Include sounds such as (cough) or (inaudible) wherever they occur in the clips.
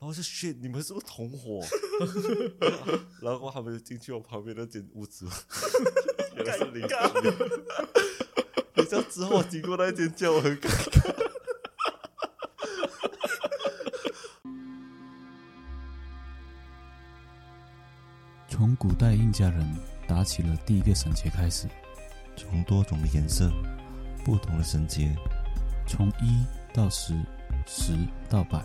然后就 shit，你们是不是同伙？ (laughs) 然后他们就进去我旁边那间屋 (laughs) 子，原来是邻居。 (laughs) 你知道之后我经过那间叫我很尴尬。从古代印加人打起了第一个绳结开始，从多种的颜色、不同的绳结，从一到十，十到百，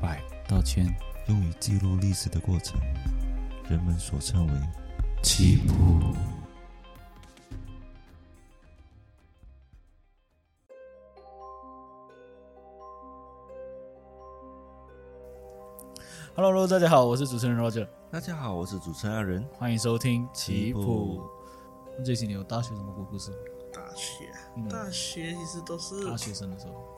百到千，用于记录历史的过程，人们所称为起步。Hello Hello，大家好，我是主持人 Roger，大家好，我是主持人人。欢迎收听起谱步。那这一期你有大学生的鬼故事吗？大学，嗯大学其实都是大学生的时候，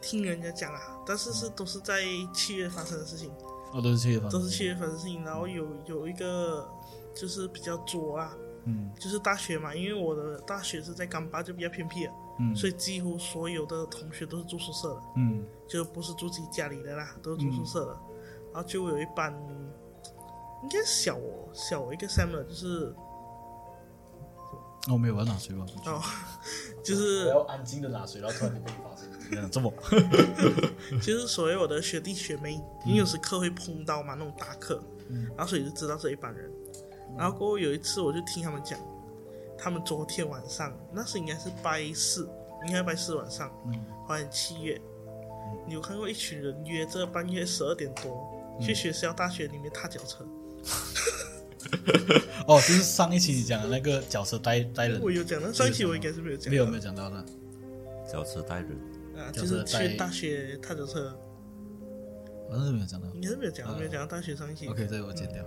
听人家讲啦，但是是都是在七月发生的事情，哦，都是七月份，都是七月发生的事情。然后有有一个就是比较作啊，嗯就是大学嘛，因为我的大学是在干巴，就比较偏僻了，嗯，所以几乎所有的同学都是住宿舍的，嗯就不是住自己家里的啦，都是住宿舍的。然后就有一班，应该小我小我一个 sem 的，就是那我没有玩拿水吧？哦，就是要安静的拿水，然后突然就被你发现，这样这么就是所谓我的学弟学妹，因为有时课会碰到嘛，那种大课，然后所以就知道这一帮人。然后过后有一次，我就听他们讲，他们昨天晚上，那是应该是拜四，应该拜四晚上，嗯好像七月，你有看过一群人约这半夜十二点多嗯去学校大学里面踏脚车？哦，就是上一期你讲的那个角色呆呆人，我有讲到，上一期我应该是没有讲到，嗯没有没有讲到的，小车带人， (laughs) 啊，角就色是呆去大学踏脚车，好像是没有讲到。应该是没有讲到，没有讲到大学上一期。 OK，这个我剪掉。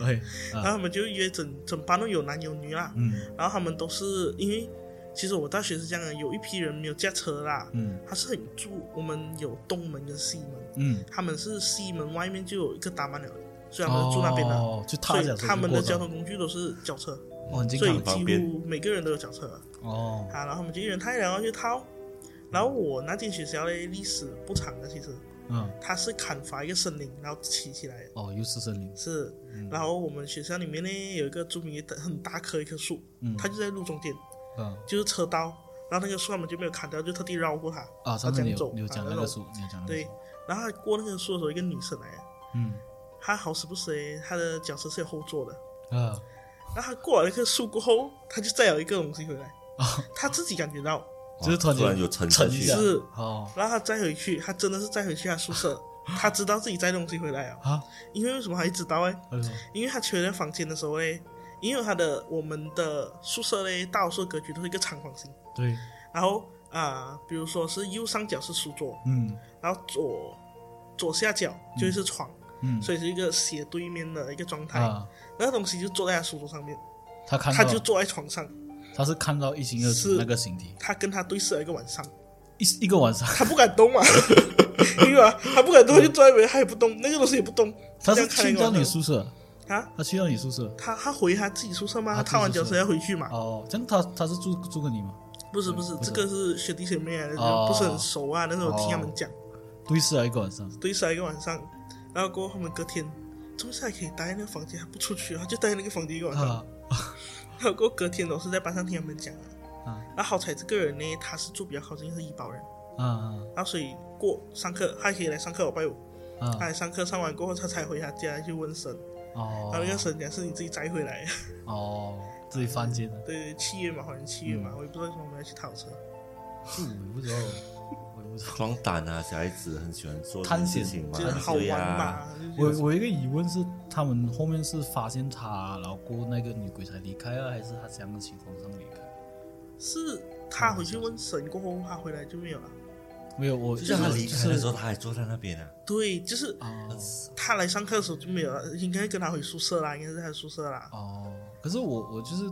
OK，然后啊，他们就约整整班都有男有女啦，嗯然后他们都是因为，其实我大学是这样的，有一批人没有驾车啦，嗯他是很住我们有东门跟西门，嗯，他们是西门外面就有一个大班了，所以他们是住那边的，哦，就所踏脚以车他们的就过交了通工具都是脚车，哦很经所以常几方便乎每个人都有脚车哦，啊。然后他们就一人开，然后就掏。然后我那间学校的历史不长的，其实嗯它是砍伐一个森林，然后起起来的哦，又是森林，是。然后我们学校里面呢有一个著名的很大棵一棵树，嗯它就在路中间。嗯就是车刀，然后那个树他们就没有砍掉，就特地绕过它。啊，上次这你样有走你有讲啊那那个种书，你有讲那个对书，然后他过那个树的时候，一个女生来了，嗯她好死不死诶，她的脚车是有后座的。啊然后她过了那棵树过后，她就再有一个东西回来，啊，她自己感 (laughs) 觉到，就是突然突然间有沉沉下一去下，是哦然后她再回去，她真的是再回去她宿舍，她知道自己载东西回来啊。啊，因为为什么她会知道诶？哎呦因为她回到房间的时候嘞，因为她的我们的宿舍嘞，大多数格局都是一个长方形，对，然后啊、比如说是右上角是书桌，嗯然后左左下角就是床。嗯，所以是一个斜对面的一个状态。啊，那个东西就坐在他书桌上面，他看他到就坐在床上，他是看到一清二楚是那个形体，他跟他对视了一个晚上，一一个 (laughs) 晚上，他不敢 (laughs) 动嘛，啊因为啊，他不敢动，他就坐在那边，他也不动，那个东西也不动。他这是样看了去一个到晚你上宿舍，啊，他去到你宿舍，他他回他自己宿舍嘛，他他自己踏完宿脚舍车要回去嘛。哦，这样他他是住住跟你吗？不是不是嗯不，是这个是学弟学妹来的，哦就不是很熟啊。那时候听他们讲，对视了一个晚上，对视了一个晚上，然后过后他们隔天。中下可以待在那个房间，他不出去，他就待在那个房间一个晚上。啊然后过后隔天都是在班上听他们讲的。啊然后好彩这个人呢，他是住比较靠近，是医保人，啊啊然后所以过上课，他可以来上课，我拜五，他啊来上课上完过后，他才回他家去问神，然后那个哦神讲是你自己摘回来的，哦，自己犯贱的，对，七月嘛，好像七月哦嘛，我也不知道为什么我们要去讨车，这我不知道，我也不知道。装胆啊，小孩子很喜欢做这贪种显事情嘛就是好，对啊玩呀，嘛，我就是我有一个疑问是，他们后面是发现他，然后过后那个女鬼才离开啊，还是他怎样的情况上离开？是他回去问神过后，他回来就没有了，没有，我就就是像他离开的时候，就是他还坐在那边啊，对，就是哦他来上课的时候就没有了，应该跟他回宿舍啦，应该是他宿舍啦，哦，可是我我就是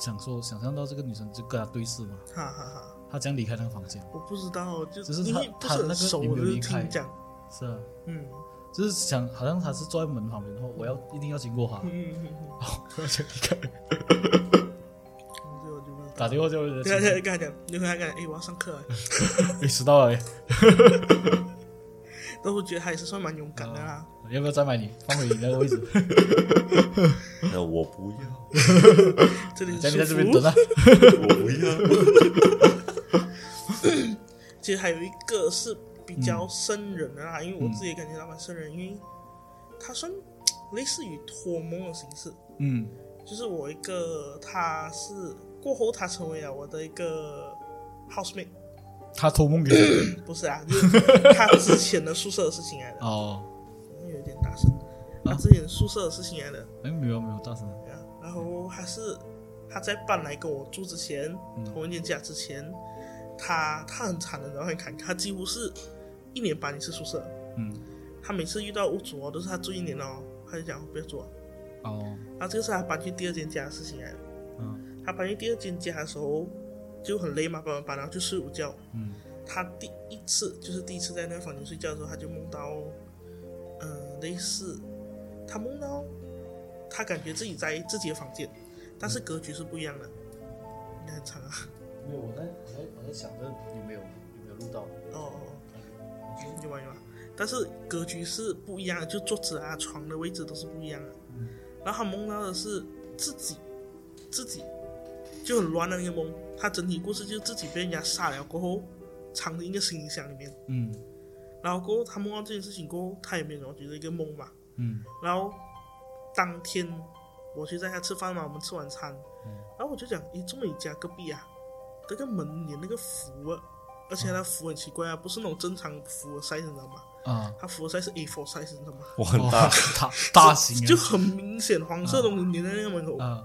想说，想象到这个女生就跟他对视嘛，哈哈哈，他怎样离开那个房间？我不知道，就只是他因为不是他那个很熟，你我没有就是离开听讲，是啊，嗯就是想好像他是坐在门旁边，然后我要一定要经过 (laughs) 他，嗯嗯嗯嗯，哦，我要先离开，我就我就不知道打电话叫人对啊，对啊，跟他讲，你跟他讲，哎，我要上课啊，哎，迟到了哎，但我觉得他也是算蛮勇敢的啦。你要不要再买你放回你那个位置？那我不要，这里很叫你在这舒边服等啊。我不要。其实还有一个是比较瘆人的啦，因为我自己也感觉到蛮瘆人，因为它算类似于托梦的形式，嗯就是我一个他是过后他成为了我的一个 housemate，， (coughs) 他托梦给你不是啊，就是他之前的宿舍的事情来的，哦，有点大声，他之前宿舍的事情来的，哎，没有没有大声，啊然后还是他在搬来跟我住之前，同一间家之前，他他很惨的，然后很坎坷，他几乎是一年搬一次宿舍。嗯，他每次遇到屋主哦，都是他住一年哦，他就讲不要住啊。哦，然后啊这个是他搬去第二间家的事情来的。嗯他搬去第二间家的时候就很累嘛，搬搬搬，然后就睡午觉。嗯，他第一次就是第一次在那个房间睡觉的时候，他就梦到，呃，类似他梦到他感觉自己在自己的房间，但是格局是不一样的。应该很长啊。没有，我在我在我在想着有没有有没有录到，哦，有啊有啊，但是格局是不一样的，就桌子啊、床的位置都是不一样的。然后他梦到的是自己，自己就很乱的那个梦。他整体故事就是自己被人家杀了过后，藏在一个行李箱里面。嗯然后过后他梦到这件事情过后，他也没有觉得一个梦嘛。嗯然后当天我去在家吃饭嘛，我们吃晚餐，然后我就讲，诶，中美家隔壁啊，那个门连那个符啊，而且那符很奇怪啊，不是那种正常符的 size，你知道吗？啊，它符的 size 是 A4 size，你知道吗？我很哦大，大大型啊就很明显黄色的东西粘在那个门口。啊，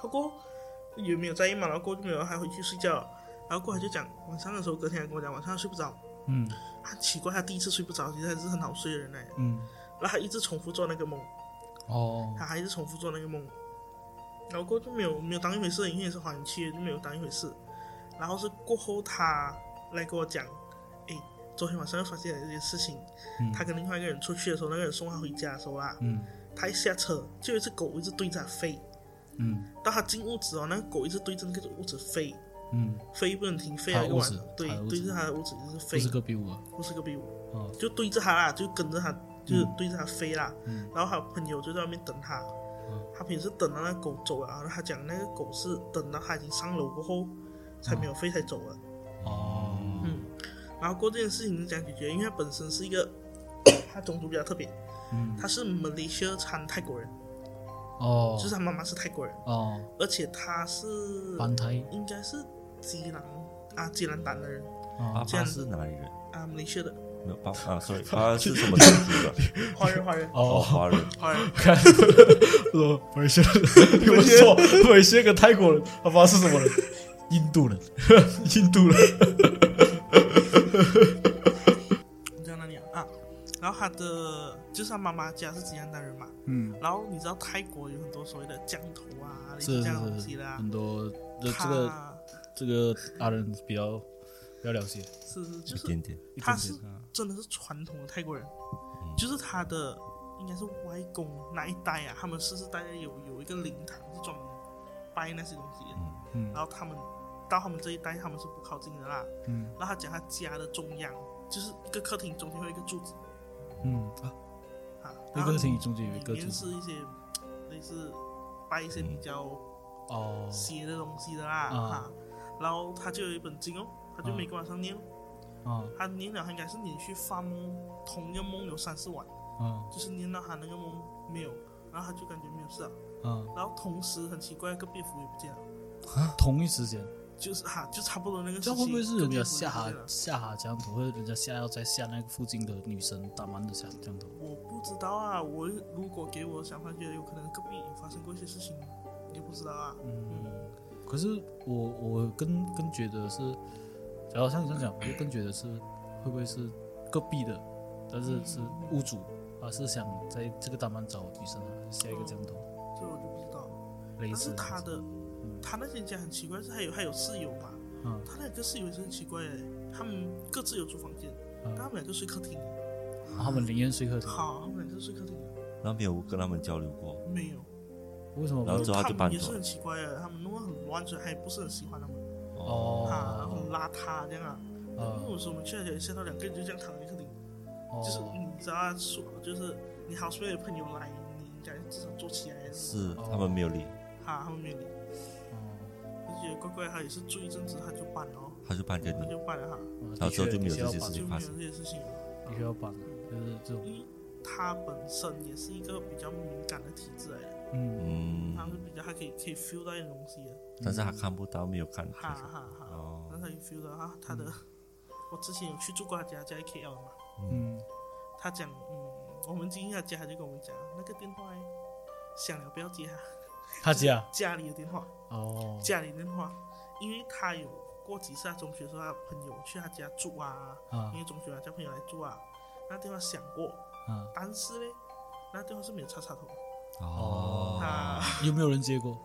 他过后也哦没有在意嘛，然后过后就没有还回去睡觉了，然后过来就讲晚上的时候，隔天还跟我讲晚上睡不着，嗯很奇怪，他第一次睡不着，其实还是很好睡的人来的，嗯，然后他一直重复做那个梦。哦他还是重复做那个梦，然后过后就没有没有当一回事，因为也是缓期就没有当一回事。然后是过后他来跟我讲，诶，昨天晚上又发现了一件事情，嗯他跟另外一个人出去的时候，那个人送他回家的时候啦，嗯他一下车就有一只狗一直对着他飞，嗯到他进屋子哦，那个狗一直对着那个屋子飞，嗯，飞不能停，飞他了的一屋晚子，对他的屋，对子着他的屋子就是不飞，是个比武啊，不是个比我，哦就对着他啦，就跟着他，就是对着他飞啦。嗯然后他朋友就在外面等他，他平时等到那狗走了，然后他讲那个狗是等到他已经上楼过后才没有飞才走了。嗯哦，嗯，然后过这件事情是怎样解决？因为他本身是一个， (coughs) 他种族比较特别，嗯他是马来西亚掺泰国人，哦就是他妈妈是泰国人，哦，而且他是班台应该是基兰啊基兰丹的人爸啊，爸是哪里人？啊马来西亚的没有爸啊，sorry，爸爸是什么等级的？华人华人哦，哦，华人。华人。看，说马来西亚人，跟我说马来西亚跟泰国人，他妈是什么人？印度人，印度人，你知道哪里啊？啊，然后他的就是他妈妈家是吉安丹人嘛，嗯。然后你知道泰国有很多所谓的降头啊，类是似这样的是东西是，啦。很多嗯这这个他这个阿仁比较比较了解，是是就一是点点，他是啊真的是传统的泰国人，嗯就是他的应该是外公那一代啊，他们世世代代有有一个灵堂是专门拜那些东西的，嗯然后他们到他们这一代他们是不靠近的啦。嗯然后他讲他家的中央就是一个客厅中间会有一个柱子嗯啊，啊，那然个后厅中间有一里个面主是一些类似拜一些比较哦邪的东西的啦、啊啊。然后他就有一本经哦，他就每个晚上念哦，啊他念了他应该是连续发梦，同一个梦有三四晚，啊就是念到他那个梦没有，然后他就感觉没有事了。啊然后同时很奇怪，隔壁服也不见了，啊！同一时间，就是哈、就差不多那个时这期。样会不会是人隔家壁服下也不哈见了下哈降头，或者人家下要再下那个附近的女生打完的下降头？我不知道啊，我如果给我的想法，觉得有可能隔壁有发生过一些事情，也不知道啊。嗯，可是我我更更觉得是，假如像你这样讲，我就更觉得是会不会是隔壁的，但是是屋主，他是想在这个单班找女生啊，下一个降头，这我就不知道。类但似是这样他子的，嗯他那间家很奇怪，是还有还有室友嘛？嗯他那个室友也是很奇怪的，他们各自有住房间，但他们两个睡客厅。然啊后他啊们宁愿睡客厅，好，他们两个睡客厅，那没有跟他们交流过，没有。为什么然后啊不？之后他就搬们也走是了很奇怪的，他们弄得很乱，所以他也不是很喜欢他们、啊，然后哦很邋遢这样啊。啊哦因为我说我们去了解下到两个人就这样躺在客厅，就是哦你知道他说，就是你好朋友的朋友来，你应该至少做起来还是是他们没有理，他他们没有理，而且乖乖他也是住一阵子他就搬了哦，他就搬给他你，就搬了哈，哦，到时候的确就没有必须要这些事搬就情没发有生这些事情了。必须要搬的，就是这种，因为他本身也是一个比较敏感的体质来的，嗯，嗯，他是比较还可以可以 feel 到一点东西的，但是他看不到，没有看哈到，哈哈。哦但，他也 feel 到他他的，我之前有去住过他家，在 KL 嘛，嗯，他讲，嗯，我们进他家他就跟我们讲，那个电话响了不要接他，他家家里的电话，哦，家里的电话，因为他有过几次他中学的时候，他朋友去他家住啊，啊因为中学嘛叫朋友来住啊，那电话响过，啊，但是嘞，那电话是没有插插头，哦，他有没有人接过？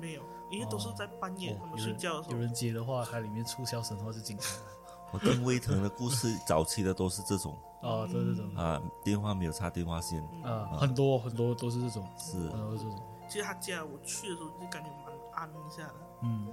没有，因为都是在半夜他哦们有睡人觉的时有候，人接的话，它里面促销神的话就警察来了。我听威腾的故事，早期的都是这种哦，对对对，啊，电话没有插电话线，啊，很多很多都是这种，是很多都是这种。嗯其实他家我去的时候就感觉蛮安一下的。嗯，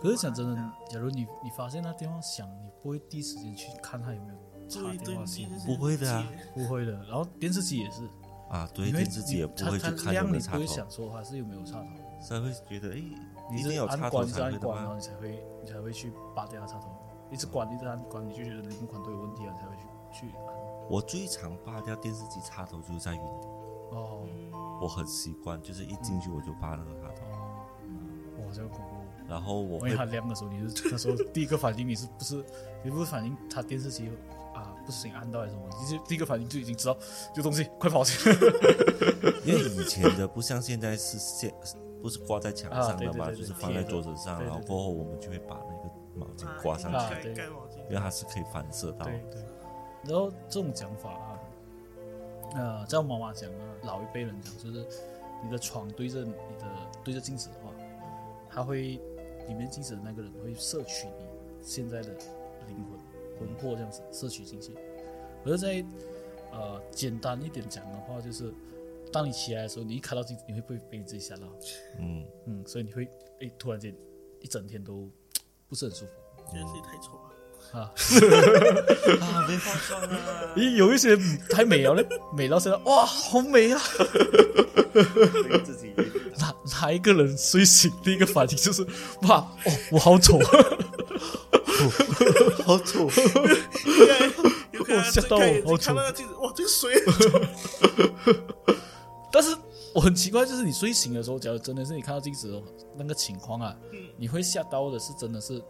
可是讲真的，假如你你发现那电话响，你不会第一时间去看它有没有插注意电对话记线，就是不会的啊接不会的。然后电视机也是，啊，对，你会电视机也不会去它它看有亮没你有不插头会想，说它是有没有插头，才会觉得哎，你一定是有按插头关是才按会的关，然后吗？你才会你才会去拔掉它插头，一直关一直按关，你就觉得你控款都有问题了，才会去去按。我最常拔掉电视机插头就是在云顶，哦我很习惯，就是一进去我就拔那个插头，哦，哇，这个恐怖。然后我因为会它亮的时候，你就那时候第一个反应你是不是你不是反应它电视机啊不小心按到还是什么？你就第一个反应就已经知道有东西，快跑去！ (laughs) 因为以前的不像现在是现不是挂在墙上的嘛，啊对对对对就是放在桌子上，对对对然后过后我们就会把那个毛巾啊挂上啊去，盖对盖毛巾因为它是可以反射到。对对。然后这种讲法啊，呃，照妈妈讲啊，老一辈人讲，就是你的床对着你的对着镜子的话，它会里面镜子的那个人会摄取你现在的灵魂魂魄这样子摄取进去。可是在呃简单一点讲的话，就是当你起来的时候，你一看到镜子，你会被被你自己吓到，嗯，嗯，所以你会诶突然间一整天都不是很舒服觉得自己太丑了。 (laughs) 啊。啊，没化妆啊，咦，有一些太美 (laughs) 了嘞，美到现在哇，好美啊！对自己哪哪一个人睡醒第一个反应就是哇，哦，我好丑， (laughs) 好丑，有可能他吓到我好睁开眼睛看丑到那镜子，哇，这个谁？但是我很奇怪，就是你睡醒的时候，假如真的是你看到镜子的那个情况啊，嗯你会吓到的是真的是，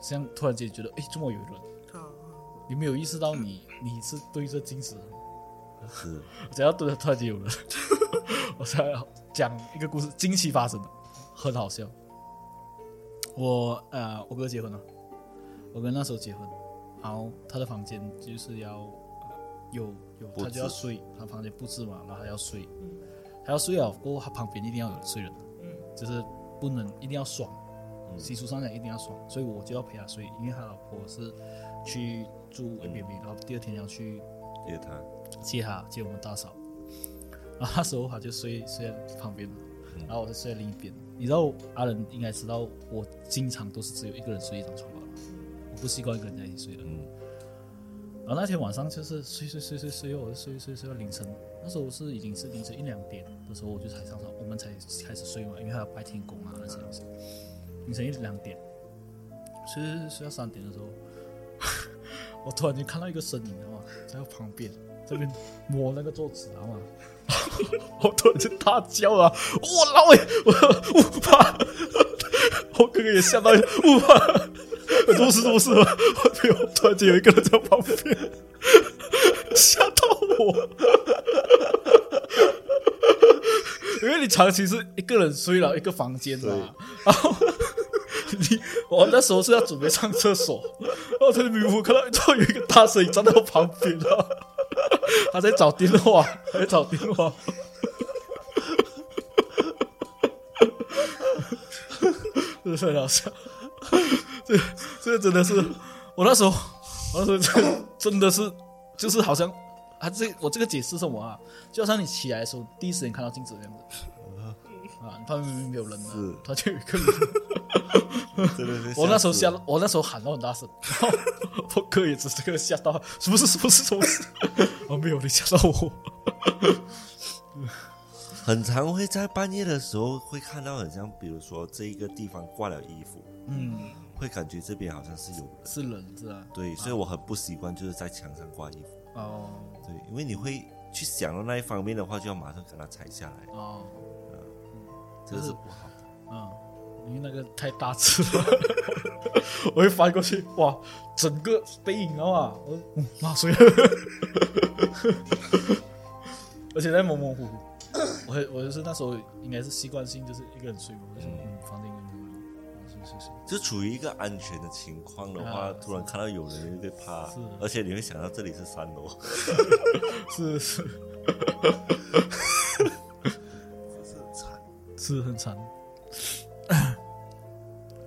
像突然间觉得哎，这么有人，靠你没有意识到你嗯你是对着镜子的，是只要对着突然间有人， (laughs) 我想要讲一个故事，近期发生的，很好笑。我呃，我哥结婚了，我哥那时候结婚，然后他的房间就是要、呃有有布置他就要睡，他房间布置嘛，然后他要睡，他要睡了过后，他旁边一定要有人睡人，嗯就是不能一定要爽，习俗上讲一定要爽，所以我就要陪他睡，因为他老婆是去住 A B B，、然后第二天要去 (laughs) 也他接他接我们大嫂，然后那时候他就睡睡在旁边嘛，然后我就睡在另一边。你知道阿仁应该知道，我经常都是只有一个人睡一张床吧，我不习惯跟人家一起睡的。嗯然后那天晚上就是睡睡睡睡睡，我就睡睡睡到凌晨。那时候是已经是凌晨一两点的时候，我就才上床，我们才开始睡嘛，因为还有白天工啊那些东西。凌晨一两点，睡睡睡睡到三点的时候，我突然间看到一个身影，然后在我旁边这边摸那个桌子，然后嘛， (laughs) 我突然间大叫啊！我老哎，我我怕，我哥哥也吓到，我怕，都是都是，我没有，突然间有一个人在旁边，吓到我。因为你长期是一个人睡了一个房间嘛，然后你 (laughs) 我那时候是要准备上厕所，然后他就迷糊看到突然有一个大声音站在我旁边了， (laughs) 他在找电话，他在找电话。 (laughs) 真的是很好笑，这个这个真的是我那时候，我那时候真的真的是就是好像啊，这我这个解释是什么啊？就好像你起来的时候第一时间看到镜子这样子，啊，你旁边明明没有人了，是他就有一个人，真的是死。我那时候吓，我那时候喊到很大声， (laughs) 然后我哥也只是个吓到，什么事？什么事？什么 (laughs) 事？哦，没有，你吓到我。很常会在半夜的时候会看到，很像比如说这一个地方挂了衣服，嗯，会感觉这边好像是有人。是人是吧？对，所以我很不习惯就是在墙上挂衣服，哦对，因为你会去想到那一方面的话，就要马上给它拆下来，哦，这个是不好。嗯，因为那个太大只了， (laughs) 我一翻过去，哇，整个背影啊嘛，我嗯妈谁？ (laughs) 而且在模模糊糊，我还我就是那时候应该是习惯性就是一个人睡嘛，我就想嗯，房间有没有人？啊是是是，就处于一个安全的情况的话，啊突然看到有人就会怕是，而且你会想到这里是三楼，是是这是很惨。是很惨。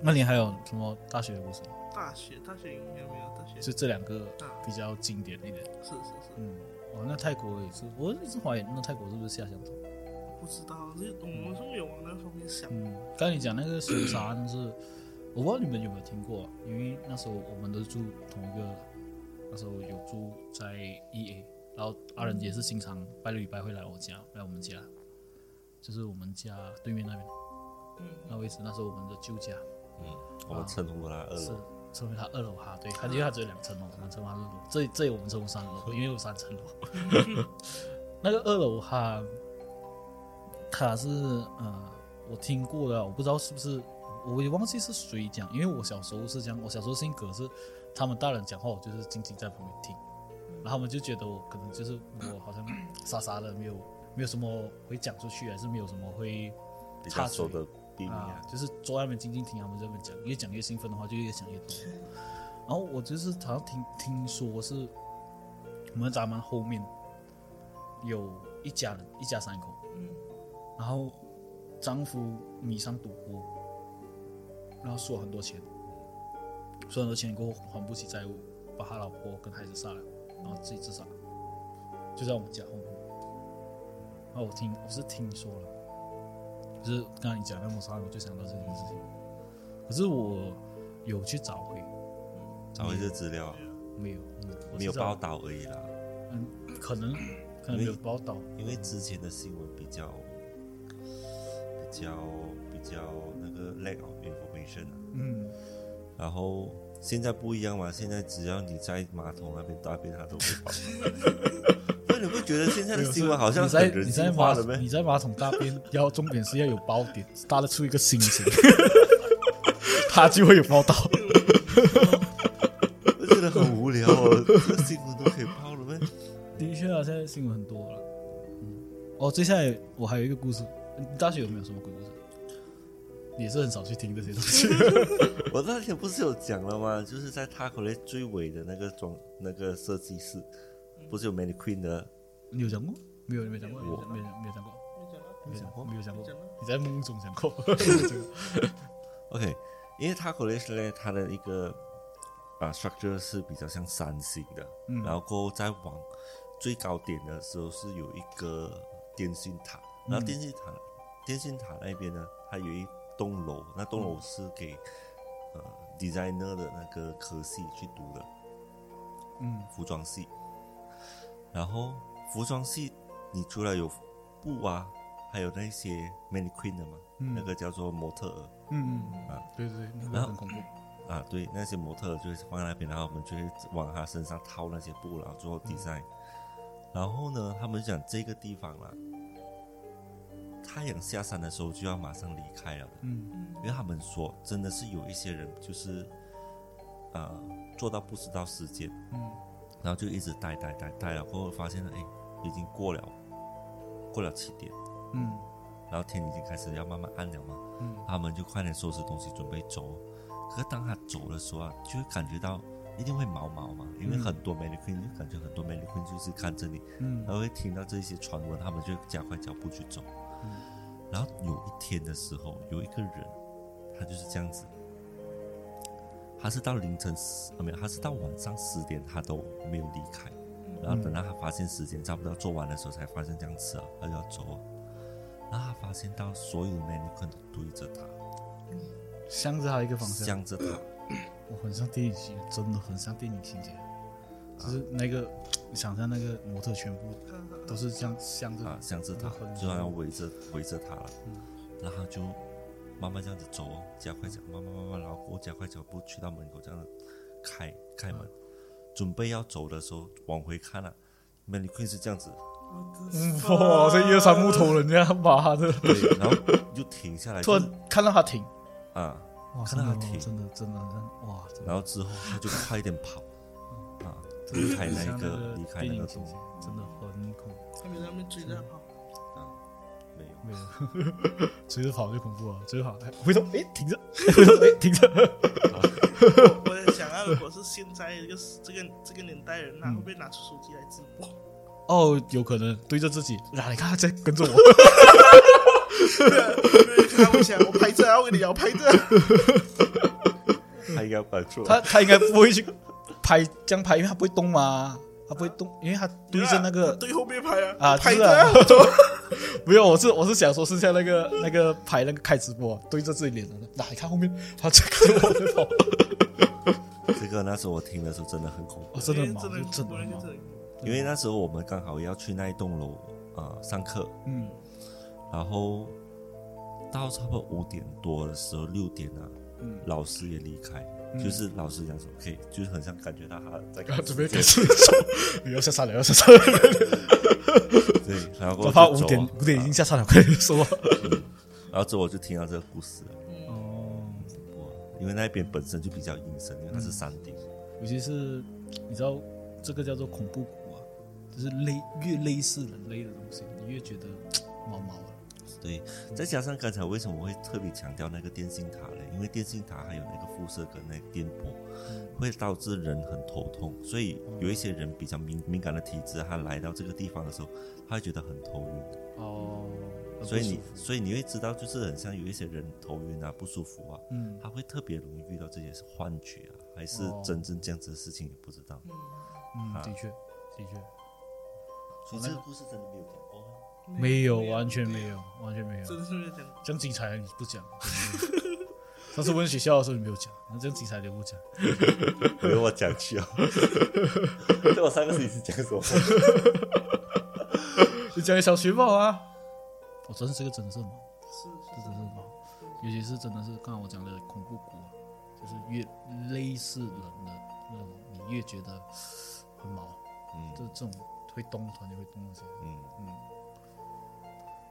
那你还有什么大学的故事？大学，大学应该没有，大学就这两个比较经典一点。是是是，嗯，哦，那泰国也是，我一直怀疑那泰国是不是下乡潮。不知道，就是我们是没有往那方面想。嗯，刚才你讲那个雪山是，我不知道你们有没有听过，因为那时候我们都住同一个，那时候有住在 E A，然后阿仁也是经常拜六礼拜会来我家，来我们家，就是我们家对面那边嗯，那位置，那时候我们的旧家嗯，我们称呼它二啊是楼。称为他二楼哈，对，他因为他只有两层楼，我们称为它二楼，这这里我们称为 (laughs) 三楼，因为有三层楼。 (laughs) 那个二楼哈，它是呃，我听过的，我不知道是不是，我也忘记是谁讲，因为我小时候是这样，我小时候性格是，他们大人讲话，我就是静静在旁边听，嗯然后他们就觉得我可能就是我好像傻傻的，没有没有什么会讲出去，还是没有什么会比较插熟嘴的秘密啊啊，，就是坐在那边静静听他们在那边讲，越讲越兴奋的话，就越讲越多。然后我就是好像听听说是我们咱们后面有一家人，一家三口，嗯然后丈夫迷上赌博，然后输了很多钱，输了很多钱过后还不起债务，把他老婆跟孩子杀了，然后自己自杀，就在我们家后面。然后我听我是听说了，就是刚刚你讲那谋杀案，我就想到这件事情。可是我有去找回，找回这资料啊，没有，嗯我没有去报，找道而已啦。嗯，(coughs) 可能可能没有报道，因为之前的新闻比较比较比较那个 lack of information 啊，嗯，然后现在不一样嘛，现在只要你在马桶那边大便，它都会 (laughs) 跑。那你不觉得现在的新闻好像你在很人你在性化马了咩你？在马桶大便，要重点是要有包点，搭得出一个 (laughs) 心形，他就会有报道。我觉得很无聊哦，这个新闻都可以报了咩？的确啊，现在新闻很多了。嗯，哦，接下来我还有一个故事，你大学有没有什么鬼故事？也是很少去听这些东 (laughs) 西。我那天不是有讲了吗？就是在 Taco 类最尾的那个装那个设计室，不是有 Many Queen 的？你有讲过？没有，你没讲过，没有我讲没有没有讲过，没讲到没有讲过，没有讲过没讲到。你在梦中讲过，没有讲过 OK，因为 Taco Lash 呢，它的一个啊 structure 是比较像三星的，嗯然后过后再往最高点的时候是有一个电信塔，然后电信塔、电信塔那边呢，它有一栋楼，那栋楼是给、呃 designer 的那个科系去读的，嗯服装系，然后服装系你除了有布啊，还有那些 mannequin 的嘛，嗯那个叫做模特儿。嗯嗯啊，对对对，那然个后很恐怖。啊，对，那些模特就会放在那边，然后我们就会往他身上套那些布，然后做 design。然后呢，他们讲这个地方啦，太阳下山的时候就要马上离开了的，嗯因为他们说真的是有一些人就是，呃，做到不知道时间，嗯然后就一直待待待待了，过后发现了，哎，已经过了，过了七点，嗯然后天已经开始要慢慢暗了嘛，嗯他们就快点收拾东西准备走。可是当他走的时候啊，就会感觉到一定会毛毛嘛，因为嗯很多 mannequin 就感觉很多 mannequin 就是看着你，嗯然后会听到这些传闻，他们就加快脚步去走。然后有一天的时候，有一个人，他就是这样子，他是到凌晨十，啊没有，他是到晚上十点他都没有离开，然后等到他发现时间差不多做完的时候，才发现这样子啊，他就要走啊。然后他发现到所有的 mannequin 都对着他，向着他一个方向。向着他，嗯我很像电影情，真的很像电影情节，啊就是那个，你想象那个模特全部都是这样向着啊，向着他那个，很就好像围着围着他了，嗯然后他就慢慢这样子走哦，加快脚，慢慢慢慢，然后我加快脚步去到门口，这样子开开门，嗯准备要走的时候往回看啊 (laughs) 了，Mary Queen 是这样子，哇，这一二三木头人家妈 (laughs) 的！对，然后就停下来，突就是然看到他停，啊，哇，看到他真的停真的真的很像哇，真的然后之后他就快一点跑， (laughs) 啊，离开那很像个离个开那电个影洞情节，，真的很恐怖。他们在那边追着他跑，没有。没有，追着跑就恐怖了，追着跑，哎回头哎停着， (laughs) 回头哎停着，我在想啊，如果是现在这个这个这个年代人、嗯啊，会不会拿出手机来直 (laughs) 播？哦，有可能对着自己，哪你看他在跟 (laughs) 着我，对，看我想我拍这啊，我跟你讲，我拍这啊，他应该摆错，他他应该不会去拍这样拍，因为他不会动嘛，他不会动，因为他对着那个 (laughs) 对后面拍啊，啊，拍是这啊啊，没有，我是我是想说，是像那个那个拍那个开直播，啊对着自己脸的，哪你看后面他在跟着我在 (laughs) 跑，这个那时候我听的时候真的很恐怖，我 (laughs) 哦真的很哎真的忙，真的果很然就忙，真的很因为那时候我们刚好要去那一栋楼啊、呃上课，嗯然后到差不多五点多的时候，六点啊，嗯老师也离开，就是老师讲说可以，就是很像感觉到他在啊干准备开始 (laughs) 走，你要下山了，要下山了，对，然后 (laughs) 我就怕五走啊点五点已经啊下山了，快点说吧。然后之后我就听到这个故事了，哦，哇，因为那边本身就比较阴森，因为它是山顶，尤其是你知道这个叫做恐怖谷啊，就是类越类似人类的东西，你越觉得毛毛的。对，再加上刚才为什么会特别强调那个电信塔嘞？因为电信塔还有那个辐射跟那个电波，会导致人很头痛，所以有一些人比较敏敏感的体质，他来到这个地方的时候，他会觉得很头晕，哦，所以你所以你会知道，就是很像有一些人头晕啊、不舒服啊，嗯他会特别容易遇到这些幻觉啊，还是哦真正这样子的事情也不知道。嗯，啊的确的确所以这个故事真的没有讲哦，没有，完全没有，完全没有。真的是没有讲。这样精彩你不讲， (laughs) 上次问学校的时候你没有讲，那这样精彩你不讲，没有我讲去 (laughs) 啊，对我上个星期讲什么？你讲给小学宝啊。我真是这个真的是很忙，是这真的是很忙，尤其是真的是刚才我讲的恐怖谷啊，就是越类似人的那种，你越觉得很毛，嗯这这种会动，团就会动那些，嗯。嗯。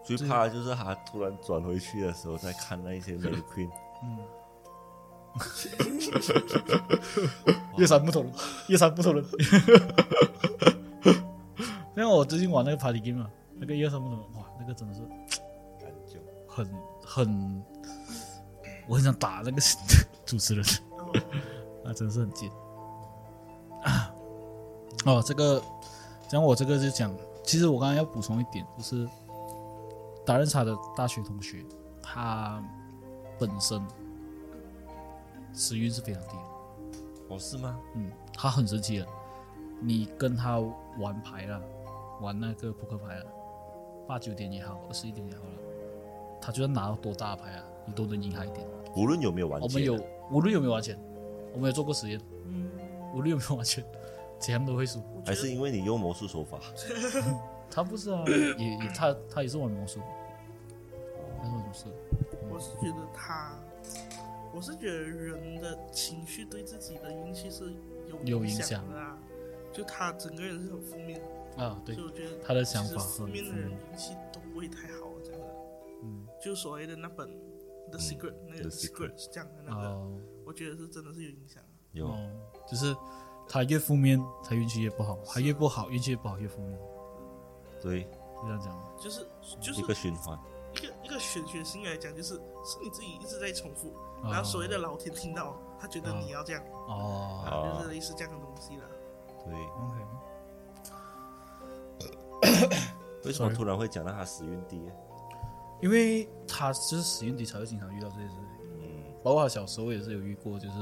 最怕的就是他突然转回去的时候，再看那一些 (laughs) Mary Queen，夜山木头人，夜山木头 (laughs) 人。因为我最近玩那个 party game 嘛，那个夜山木头人，哇，那个真的是感觉很很，我很想打那个 (laughs) 主持人， (laughs) 那真是很贱。啊哦，这个，讲我这个就讲，其实我刚刚要补充一点，就是达人茶的大学同学，他本身时运是非常低的。哦是吗？嗯，他很神奇的，你跟他玩牌了，玩那个扑克牌了，八九点也好，二十一点也好了，他就算拿到多大的牌啊，你都能赢他一点。无论有没有完结哦我的，们有无论有没有完全，我们有做过实验， (laughs) 嗯，无论有没有完全，怎样都会输。还是因为你用魔术手法，他不是啊，也也他他也是玩魔术，他是玩魔术，我是觉得他，我是觉得人的情绪对自己的运气是有有影响响的啊。就他整个人是很负面的，啊，对所以，我觉得他的想其实法负很面的负人面运气都不会太好，这样的。嗯，就所谓的那本 The Secret、那个 The Secret Secret 是这样的那个，哦我觉得是真的是有影响的。有、哦，就是他越负面，他运气越不好，他越不好，运气越不好，越负面，对就这样讲。就是就是一个循环，一个一个玄学性来讲，就是是你自己一直在重复，哦然后所谓的老天听到，他觉得哦你要这样，哦，哦就是类似这样的东西啦。对。 OK，为什么 Sorry 突然会讲到他时运低？因为他就是使用底才会经常遇到这些事情，嗯，包括他小时候也是有遇过，就是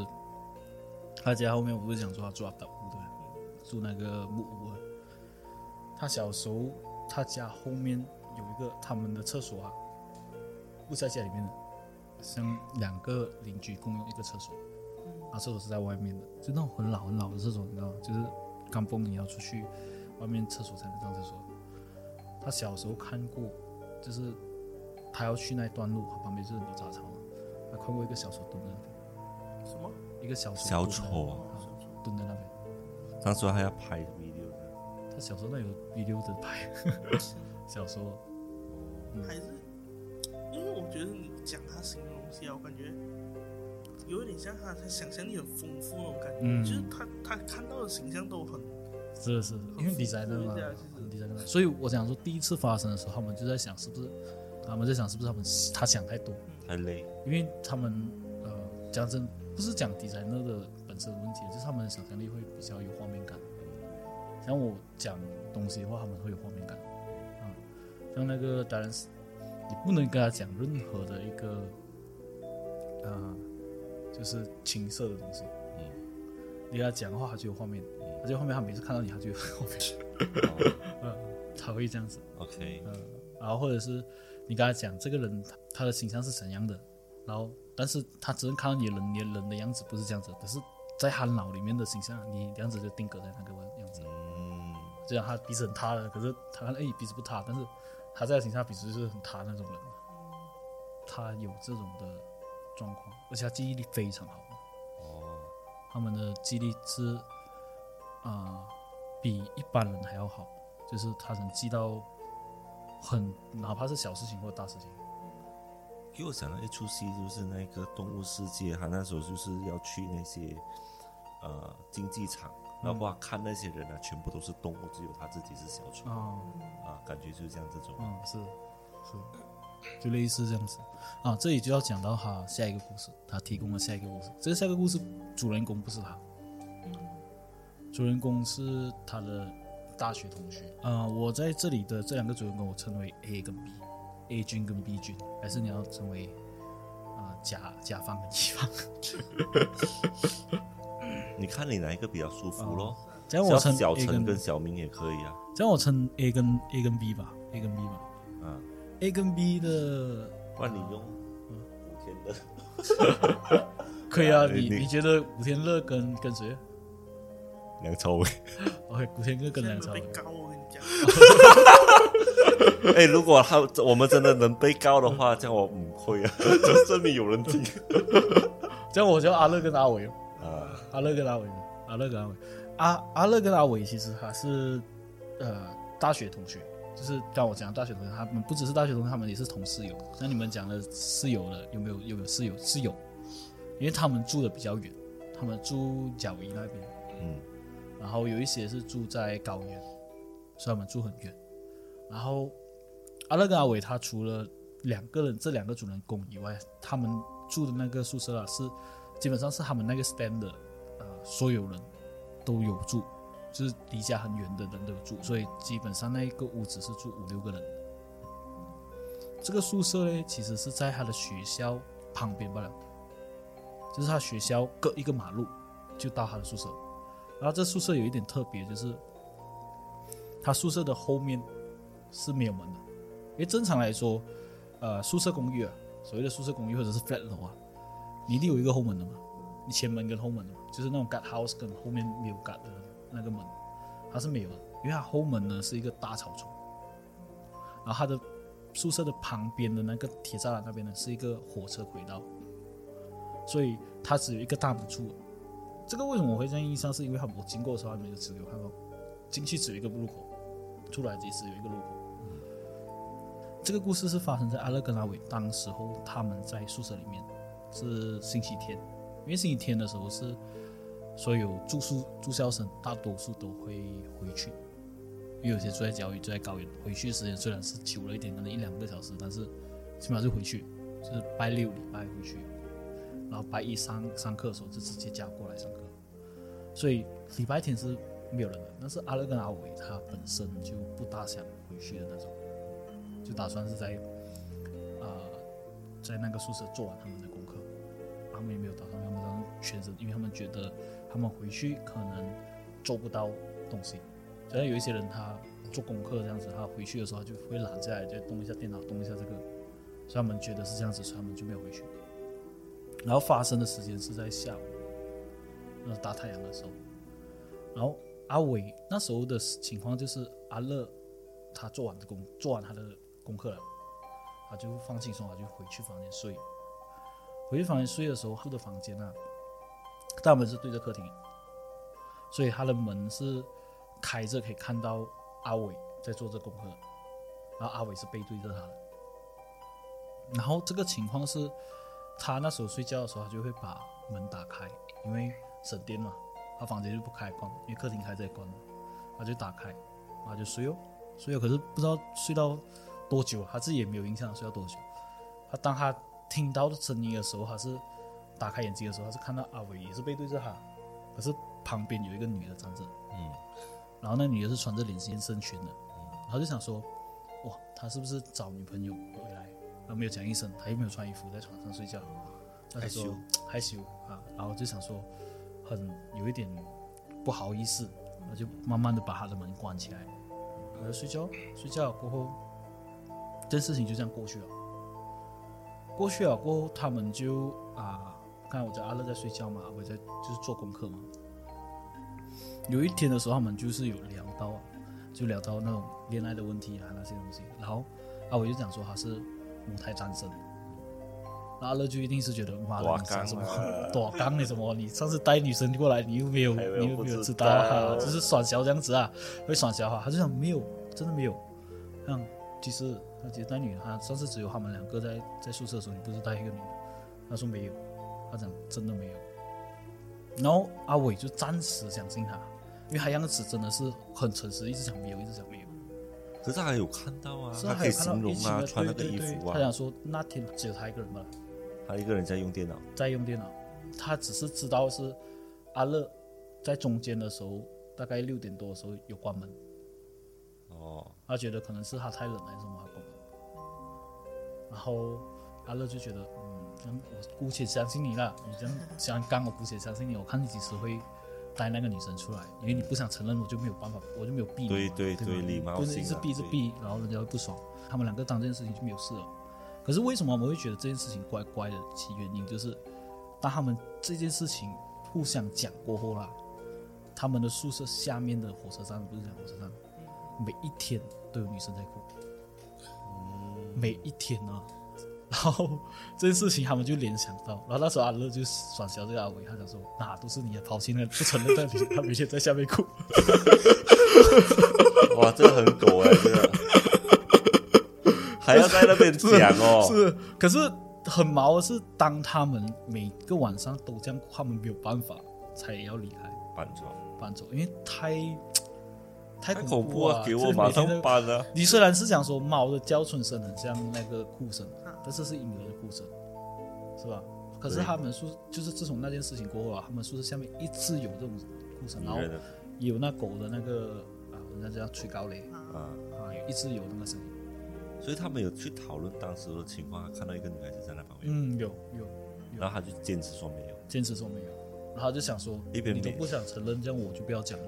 他家后面我不是讲说他住阿达屋对吧，住那个木屋啊。他小时候他家后面有一个他们的厕所啊，不在家里面的，像两个邻居共用一个厕所，啊，厕所是在外面的，就那种很老很老的厕所，你知道吗？就是刚崩你要出去外面厕所才能上厕所。他小时候看过，就是他要去那一段路，他旁边就是牛杂草嘛，他看过一个小丑蹲在那边，什么？一个小丑小蹲在那丑边啊蹲在那边。他说他要拍 video 的，他小时候那有 video 的拍，小时候还是因为我觉得你讲他形容东西啊，我感觉有一点像他，他想象力很丰富那种感觉，嗯就是他他看到的形象都很是的是的，因为复 designer 古嘛一下就是，designer，嘛所以我想说，第一次发生的时候，他们就在想是不是，他们在想是不是他们他想太多，太累，因为他们呃讲真，不是讲 designer 的本身的问题，就是他们的想象力会比较有画面感。嗯像我讲东西的话，他们会有画面感。啊，像那个当然是你不能跟他讲任何的一个呃，就是情色的东西。嗯， (laughs) 你跟他讲的话，他就有画面，他就有画面，他每次看到你，他就有画面，嗯，他会这样子。 OK，嗯，然后或者是你跟他讲这个人他他的形象是怎样的，然后但是他只能看到你人，你人的样子不是这样子，可是在他脑里面的形象，你这样子就定格在那个样子，嗯，就像他鼻子很塌的，可是他看哎鼻子不塌，但是他在他形象鼻子就是很塌那种人，他有这种的状况，而且他记忆力非常好，哦，他们的记忆力是啊、呃比一般人还要好，就是他能记到很哪怕是小事情或大事情。给我想到一出戏就是那个《动物世界》，他那时候就是要去那些呃竞技场，然后哇看那些人啊，全部都是动物，只有他自己是小丑哦，啊，感觉就是这样这种。嗯，是是，就类似这样子啊。这里就要讲到他下一个故事，他提供了下一个故事。这个下一个故事主人公不是他，主人公是他的大学同学。啊，我在这里的这两个主人公，我称为 A 跟 B，A 君跟 B 君，还是你要称为啊、甲甲方跟乙 (laughs) 方？你看你哪一个比较舒服咯？这哦样我像称小 A 陈跟跟小明也可以啊，这样我称 A 跟 A 跟 B 吧，A 跟 B 吧啊， ，A 跟 B 的不然你用嗯五天的， (laughs) 可以啊，哎你你你觉得古天乐跟跟谁？梁朝伟。 OK，古天乐跟梁朝被伟，高，我跟你讲， (laughs) 哎，如果他我们真的能被告的话，这样我唔亏啊， (laughs) 就证明有人听这样我叫阿乐跟阿伟哦，啊。阿乐跟阿伟，阿乐跟阿伟，阿阿乐跟阿伟其实他是呃大学同学，就是刚我讲的大学同学，他们不只是大学同学，他们也是同室友。那你们讲的室友了，有没有有没有室友？室友，因为他们住的比较远，他们住甲维那边，嗯，然后有一些是住在高原，所以他们住很远。然后阿乐跟阿伟他除了两个人这两个主人公以外，他们住的那个宿舍啊是基本上是他们那个 stand 的，呃，所有人都有住，就是离家很远的人都有住，所以基本上那一个屋子是住五六个人。这个宿舍呢，其实是在他的学校旁边罢了，就是他学校隔一个马路就到他的宿舍。然后这宿舍有一点特别，就是它宿舍的后面是没有门的，因为正常来说，呃，宿舍公寓啊，所谓的宿舍公寓或者是 flat 楼啊，你一定有一个后门的嘛，你前门跟后门的嘛，就是那种 gut house 跟后面没有 gut 的那个门，它是没有的，因为它后门呢是一个大草丛，然后它的宿舍的旁边的那个铁栅栏那边呢是一个火车轨道，所以它只有一个大门出。这个为什么我会这样印象？是因为他我经过的时候，他们就只有看到进去只有一个入口，出来也只有一个入口。这个故事是发生在阿勒跟阿伟当时候他们在宿舍里面，是星期天，因为星期天的时候是所有住宿住校生大多数都会回去，因为有些住在郊区、住在高原，回去的时间虽然是久了一点，可能一两个小时，但是起码就回去，就是拜六礼拜回去。然后拜一上上课的时候就直接加过来上课，所以礼拜天是没有人的。但是阿乐跟阿伟他本身就不大想回去的那种，就打算是在呃在那个宿舍做完他们的功课，他们也没有打算他们打算全身，因为他们觉得他们回去可能做不到东西。虽然有一些人他做功课这样子，他回去的时候他就会懒下来，就动一下电脑，动一下这个，所以他们觉得是这样子，所以他们就没有回去。然后发生的时间是在下午，呃，大太阳的时候。然后阿伟那时候的情况就是阿乐他做完的工做完他的功课了，他就放轻松，他就回去房间睡。回去房间睡的时候，住的房间啊，大门是对着客厅，所以他的门是开着，可以看到阿伟在做这功课，然后阿伟是背对着他的。然后这个情况是，他那时候睡觉的时候，他就会把门打开，因为省电嘛，他房间就不开关，因为客厅开着也关嘛，他就打开，然后就睡哦，睡哦。可是不知道睡到多久，啊他自己也没有印象睡到多久。他当他听到声音的时候，他是打开眼睛的时候，他是看到阿伟也是背对着他，可是旁边有一个女的站着，嗯，然后那女的是穿着连身身裙的，他就想说，哇，他是不是找女朋友回来？他没有讲一声，他又没有穿衣服，在床上睡觉，他就说害羞啊，然后就想说很有一点不好意思，他就慢慢的把他的门关起来，然后睡觉，睡觉过后，这件事情就这样过去了。过去了过后，他们就啊，刚才我在阿乐在睡觉嘛，我在就是做功课嘛。有一天的时候，他们就是有聊到，就聊到那种恋爱的问题啊那些东西。然后啊，我就讲说他是母胎单身，然后阿乐就一定是觉得妈的，大你缸想什么啊呃多刚你什么？你上次带女生过来，你又没有，还有你又不没有知知道啊道，就是耍小这样子啊，会耍小哈。他就想没有，真的没有。像其实他其实带女的，他上次只有他们两个在在宿舍的时候，你不是带一个女的？他说没有，他讲真的没有。然后阿伟就暂时相信他，因为他样子真的是很诚实，一直讲没有，一直讲没有。可是他有看到啊，是他可还以有看到形容一群啊，的穿那个对衣对对服他想啊，说那天只有他一个人吧，他一个人在用电脑，在用电脑，他只是知道是阿乐在中间的时候，大概六点多的时候有关门，哦，他觉得可能是他太冷还是什么，他关门。然后阿乐就觉得，嗯，这样我姑且相信你啦，你这样想刚我姑且相信你，我看你几时会带那个女生出来，因为你不想承认，我就没有办法，我就没有避你嘛。对对对吧对礼貌不是性一直啊避一直对避，然后人家会不爽。他们两个当这件事情就没有事了。可是为什么我们会觉得这件事情怪怪的？其原因就是，当他们这件事情互相讲过后啦，他们的宿舍下面的火车站不是讲火车站，每一天都有女生在哭，每一天啊。然后这件事情他们就联想到，然后那时候阿乐就转销这个阿伟，他想说哪都是你的抛弃那不承认在你，他每天在下面哭。哇，这个很狗哎、这个 (laughs) 还要在那边讲哦，是，可是很毛的是，当他们每个晚上都这样，他们没有办法才要离开搬床，搬走，因为太太太恐怖怖了、啊，给我这马每天上都搬啊！你虽然是讲说猫的叫春声很像那个哭声，但是是婴儿的哭声，是吧？可是对他们宿就是自从那件事情过后啊，他们宿舍下面一直有这种哭声，然后女人的有那狗的那个啊，人家叫吹高雷啊，啊，一直有那个声音。所以他们有去讨论当时的情况，看到一个女孩子在那旁边，嗯，有有，然后他就坚持说没有，坚持说没有，然后他就想说，一边你都没不想承认，这样我就不要讲喽，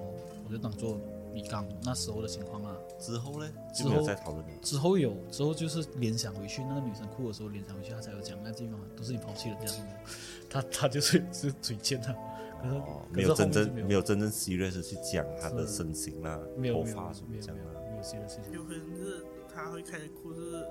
我就当做你刚那时候的情况啦。啊之后呢之就后没有再讨论了。之后有之后就是联想回去，那个女生哭的时候联想回去，她才有讲那地方都是你抛弃人家什么，她她就是就嘴贱她，可是、哦，可没是有后真面就正没没有真正 serious 地去讲他的是身形啦、没有头没有发什么没有这样没啦。有没有这些事情有可能是他会开始哭，就是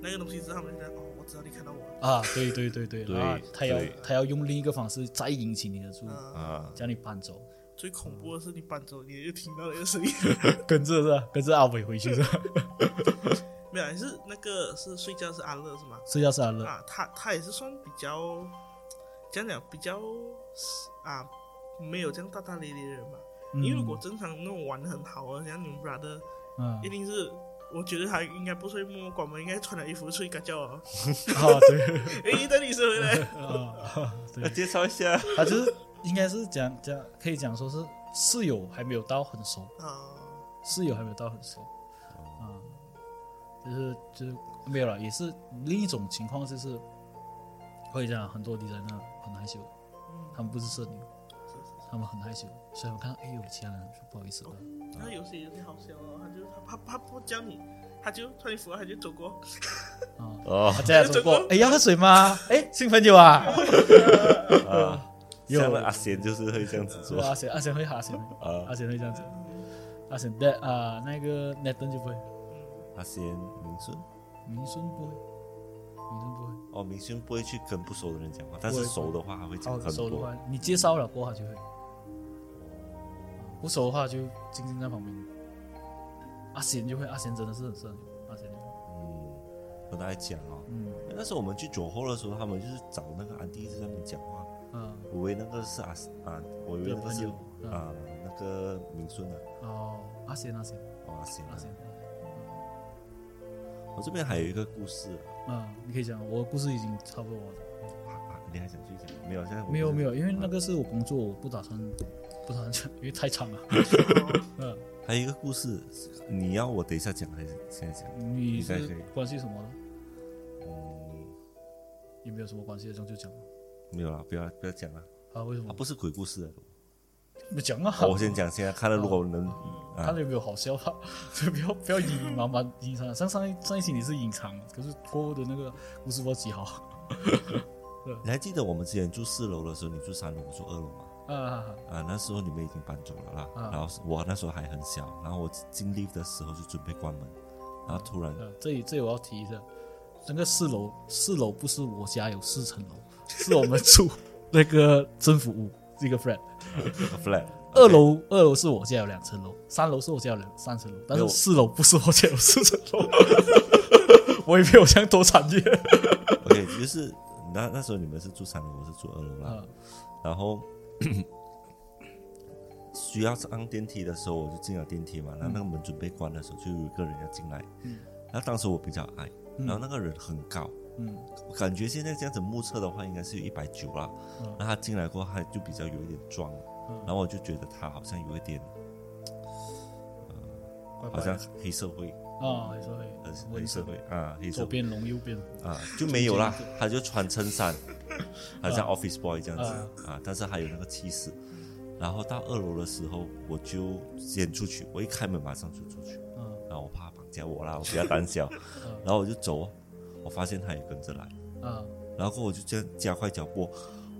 那个东西是他们觉得哦，我知道你看到我了，啊，对对对对，对然后她要对她要用另一个方式再引起你的注意，嗯，啊，将你搬走，最恐怖的是你搬走，你就听到那个声音， (laughs) 跟着是吧？跟着阿伟回去是吧？没有啊，是那个是睡觉是阿乐是吗？睡觉是阿乐，啊，他他也是算比较，讲讲比较啊，没有这样大大咧咧的人吧。嗯因为如果正常那种玩的很好啊，像你们 brother，嗯一定是，我觉得他应该不是会默默关门，应该穿了衣服睡个觉啊。 (laughs) 啊对哎，等你回来，啊对要。介绍一下，他就是应该是讲讲，可以讲说是室友还没有到很熟，啊，室友还没有到很熟，啊、就是就是没有了，也是另一种情况，就是会讲很多敌人啊很害羞，他们不是社牛，是是是他们很害羞，所以他们看到哎有其他人说不好意思了，然后有些有些好笑哦，他就他他他不教你，他就穿你服，他就走过，嗯啊，哦他这样说过，哎要喝水吗？ (laughs) 哎新朋友啊，啊，有像那阿贤就是会这样子 (laughs) 做阿贤阿贤会阿贤啊阿，贤会这样子，阿贤但啊那个 Nathan 就不会，阿贤明顺明顺不会，明顺不会。哦，明顺不会去跟不熟的人讲话，但不是会熟的话还会讲哦，很熟的多话，你介绍了过后他就会；不熟的话就静静在旁边。阿贤就会，阿贤真的是很善良，阿贤就会。嗯，很爱讲哦。嗯那时候我们去酒后的时候，他们就是找那个安迪一直在那边讲话，嗯，我以为那个是阿啊，我以为那个是的朋友啊那个明顺啊，哦，阿贤阿贤哦阿贤啊阿。贤，我这边还有一个故事啊，嗯，你可以讲，我的故事已经差不多了。啊啊你还想去讲？没有，现在我没有没有。有，因为那个是我工作，我不打算不打算讲， (laughs) 因为太长了。嗯，还有一个故事，你要我等一下讲还是现在讲？嗯你可以是可以关系什么呢？嗯，也没有什么关系的，这样就讲吧。没有了，不要不要讲了，啊，为什它么不是鬼故事啊。不讲啊？我先讲，现在看了，如果能看啊了有没有好笑啊？ (laughs) 就不要不要隐隐瞒瞒隐藏，上上一上一期你是隐藏，可是过后的那个故事波几好你还记得我们之前住四楼的时候，你住三楼，我住二楼吗？啊啊，那时候你们已经搬走了啦。啊然后我那时候还很小，然后我进 lift 的时候就准备关门，然后突然啊！这里这里我要提一下，那个四楼四楼不是我家有四层楼，是我们住那个政府屋这 (laughs) 个 friend。 flat 二楼二楼是我家有两层楼，三楼是我家有两三层楼，但没有是四楼不是我家有四层楼， (laughs) 我也没有这样多产业 OK，就是那那时候你们是住三楼，我是住二楼啦。啊然后需要上电梯的时候，我就进了电梯嘛。然后那个门准备关的时候，就有一个人要进来。嗯然后当时我比较矮，嗯然后那个人很高，嗯我感觉现在这样子目测的话，应该是有一百九啦。嗯然后他进来过后，他就比较有一点壮了，嗯然后我就觉得他好像有一点，乖乖好像黑社会，啊，你说呃，我黑社会啊，黑社左会边龙右边虎啊，就没有啦，他就穿衬衫，好像啊 office boy 这样子啊，但是还有那个气势。然后到二楼的时候，我就先出去，我一开门马上就出去，嗯。然后我怕他绑架我啦，我比较胆小，然后我就走哦，我发现他也跟着来，啊然后我就这样加快脚步，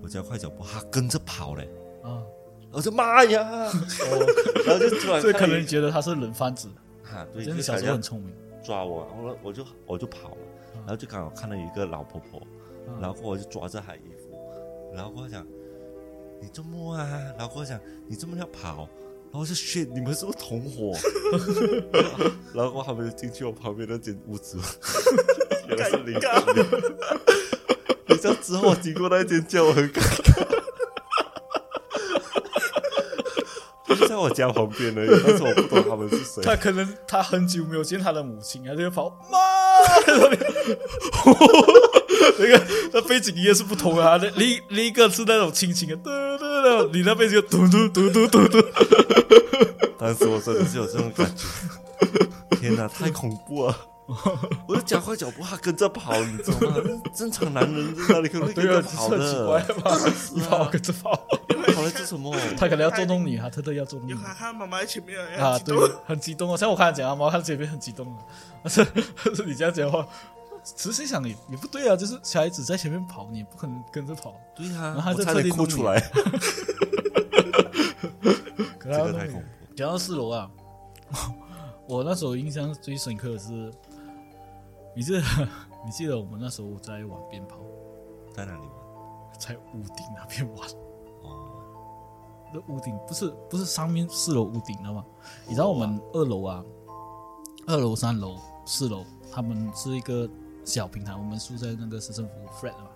我加快脚步，他跟着跑嘞， (laughs) 啊！哦我说妈呀，然后就突然 (laughs) 所以看到可能一你觉得他是冷贩子，啊，对，真就的小好时候像很聪明。抓我，然后我就我就跑了，然后就刚好看到有一个老婆婆，嗯然后我就抓着她衣服，然后跟我讲你这么啊，然后跟我讲你这么要跑，然后我就 shit，你们是不是同伙？ (laughs) 然后他们就进去我旁边那间屋子，原来是邻居。你知道之后我经过那间叫我很尴尬。 (laughs) 就是在我家旁边而已，但是我不懂他们是谁。他可能他很久没有见他的母亲，他就会跑妈，那个那背景音乐是不同啊，那另另一个是那种亲情的，嘟嘟嘟，你那背景就嘟嘟嘟嘟嘟嘟，当时我真的是有这种感 (laughs) 觉，天哪，太恐怖了！我就加快脚步，他跟着跑，你知道吗？正常男人哪里可能跟对啊，着这跑很奇怪的？吧？你跑跟着 (laughs) 跑，跑来做什么？他可能要捉弄你，啊他特地要捉弄有你看看妈妈在前面啊，很激对动，很激动哦。像我刚才讲啊，毛看姐妹很激动啊，但是但是你这样讲的话，仔细想也也不对啊，就是小孩子在前面跑，你也不可能跟着跑。对呀，然后他我就差特地点哭出来。这这个太恐怖。讲到四楼啊， (laughs) 我那时候印象最深刻的是，你记得 (laughs) 你记得我们那时候在玩鞭炮，在哪里玩？在屋顶那边玩。哦，那屋顶不是不是上面四楼屋顶的嘛？你知道我们二楼啊，二楼、三楼、四楼，他们是一个小平台，我们住在那个市政府 flat 的嘛。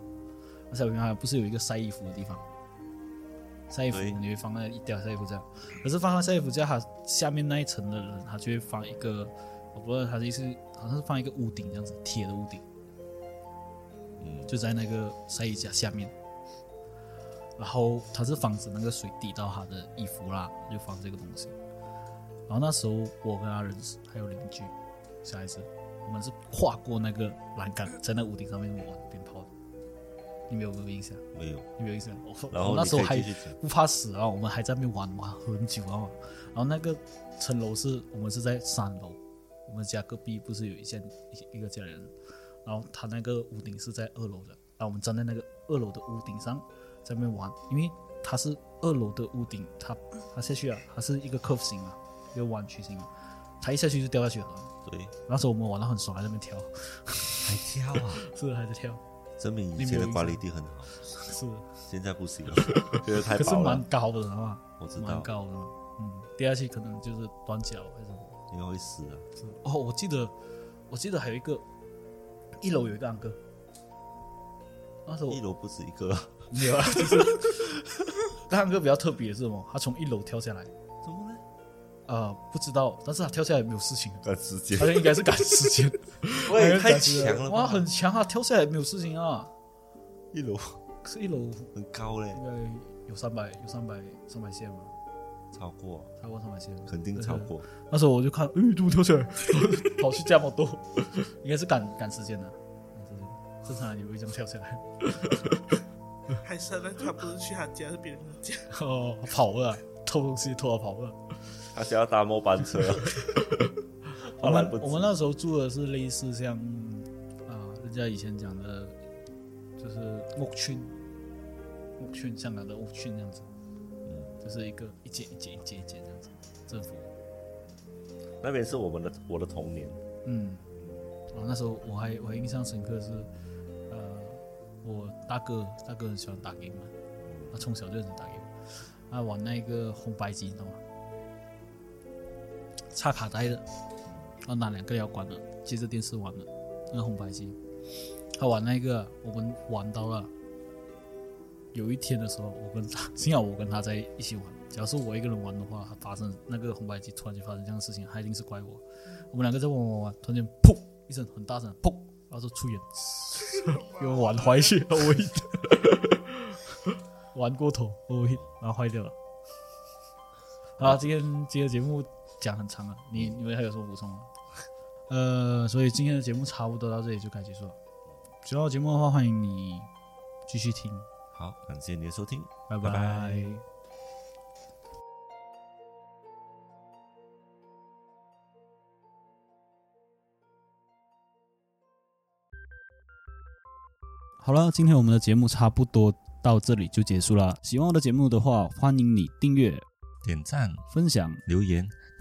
那小平台不是有一个晒衣服的地方？晒衣服对你会放在一条晒衣服架，可是放在晒衣服架，它下面那一层的人，他就会放一个，我不知道他是是好像是放一个屋顶这样子，铁的屋顶。嗯，就在那个晒衣架下面，然后他是防止那个水滴到他的衣服啦，就放这个东西。然后那时候我跟他认识，还有邻居小孩子，我们是跨过那个栏杆，在那屋顶上面玩鞭炮的。你们有没有印象？没有。你没有印象？哦然我后哦那你时候可以还继续讲不怕死啊，我们还在那边玩玩很久啊。然后那个层楼是我们是在三楼，我们家隔壁不是有一间一一个家人，然后他那个屋顶是在二楼的，然后我们站在那个二楼的屋顶上在那边玩，因为它是二楼的屋顶，它它下去啊，它是一个 curve 型啊，一个弯曲型啊，它一下去就掉下去了。对，那时候我们玩的很爽，还在那边跳，还跳啊！ (laughs) 是还在跳，证明以前的管理地很好，是，啊现在不行 (laughs) 了，觉得太 (laughs) 可是薄蛮了。高的，好啊吗？我知蛮道，高的，嗯，掉下去可能就是短脚还是什么。应该会死啊！哦，我记得，我记得还有一个，一楼有一个安哥，那时候我一楼不止一个，没有啊， (laughs) 就是，但安哥比较特别是什么？他从一楼跳下来，怎么呢？呃，不知道，但是他跳下来没有事 (laughs) 情， (laughs) 赶时间好，像应该是赶时间，哎喂，好 (laughs) 像太赶时间强了哇，吧！很强啊，跳下来没有事情啊。一楼可是，一楼很高嘞应，该有三百，有三百，三百线吧，超过，超过三百线，肯定超过。那时候我就看，哎，怎么跳起来？ (laughs) 跑去加毛多，应该是赶赶时间的，赶时间。正常人也不会这样跳起来。还是他他不是去他家，是别人家。哦，跑了，偷东西偷了跑了。 (laughs) 他想要搭末班 (laughs) 车，我后来们不止我们那时候住的是类似像啊、人家以前讲的，就是屋圈，屋圈香港的屋圈这样子，嗯就是一个一间一间一间一间这样子，政府。那边是我们的我的童年，嗯，然后那时候我还我还印象深刻是，呃，我大哥大哥很喜欢打 game 嘛，他从小就很喜欢打 game，他玩那个红白机，你懂吗？插卡带的，然后拿两个摇杆的，接着电视玩的，那个红白机，他玩那个，我们玩到了。有一天的时候，我跟他，幸好我跟他在一起玩。假如是我一个人玩的话，他发生那个红白机突然间发生这样的事情，他一定是怪我。我们两个在玩玩玩，突然间砰一声很大声，砰，然后就 (laughs) 出眼，给我玩坏去，overheat，玩过头 overheat，然后坏掉了。好啦，今天今天节目讲很长了，你你们还有什么补充吗？呃，所以今天的节目差不多到这里就该结束了。喜欢我节目的话，欢迎你继续听，好，感谢你的收听。拜拜拜拜好了，今天我们的节目差不多到这里就结束了。喜欢我的节目的话，欢迎你订阅、点赞、分享。留言。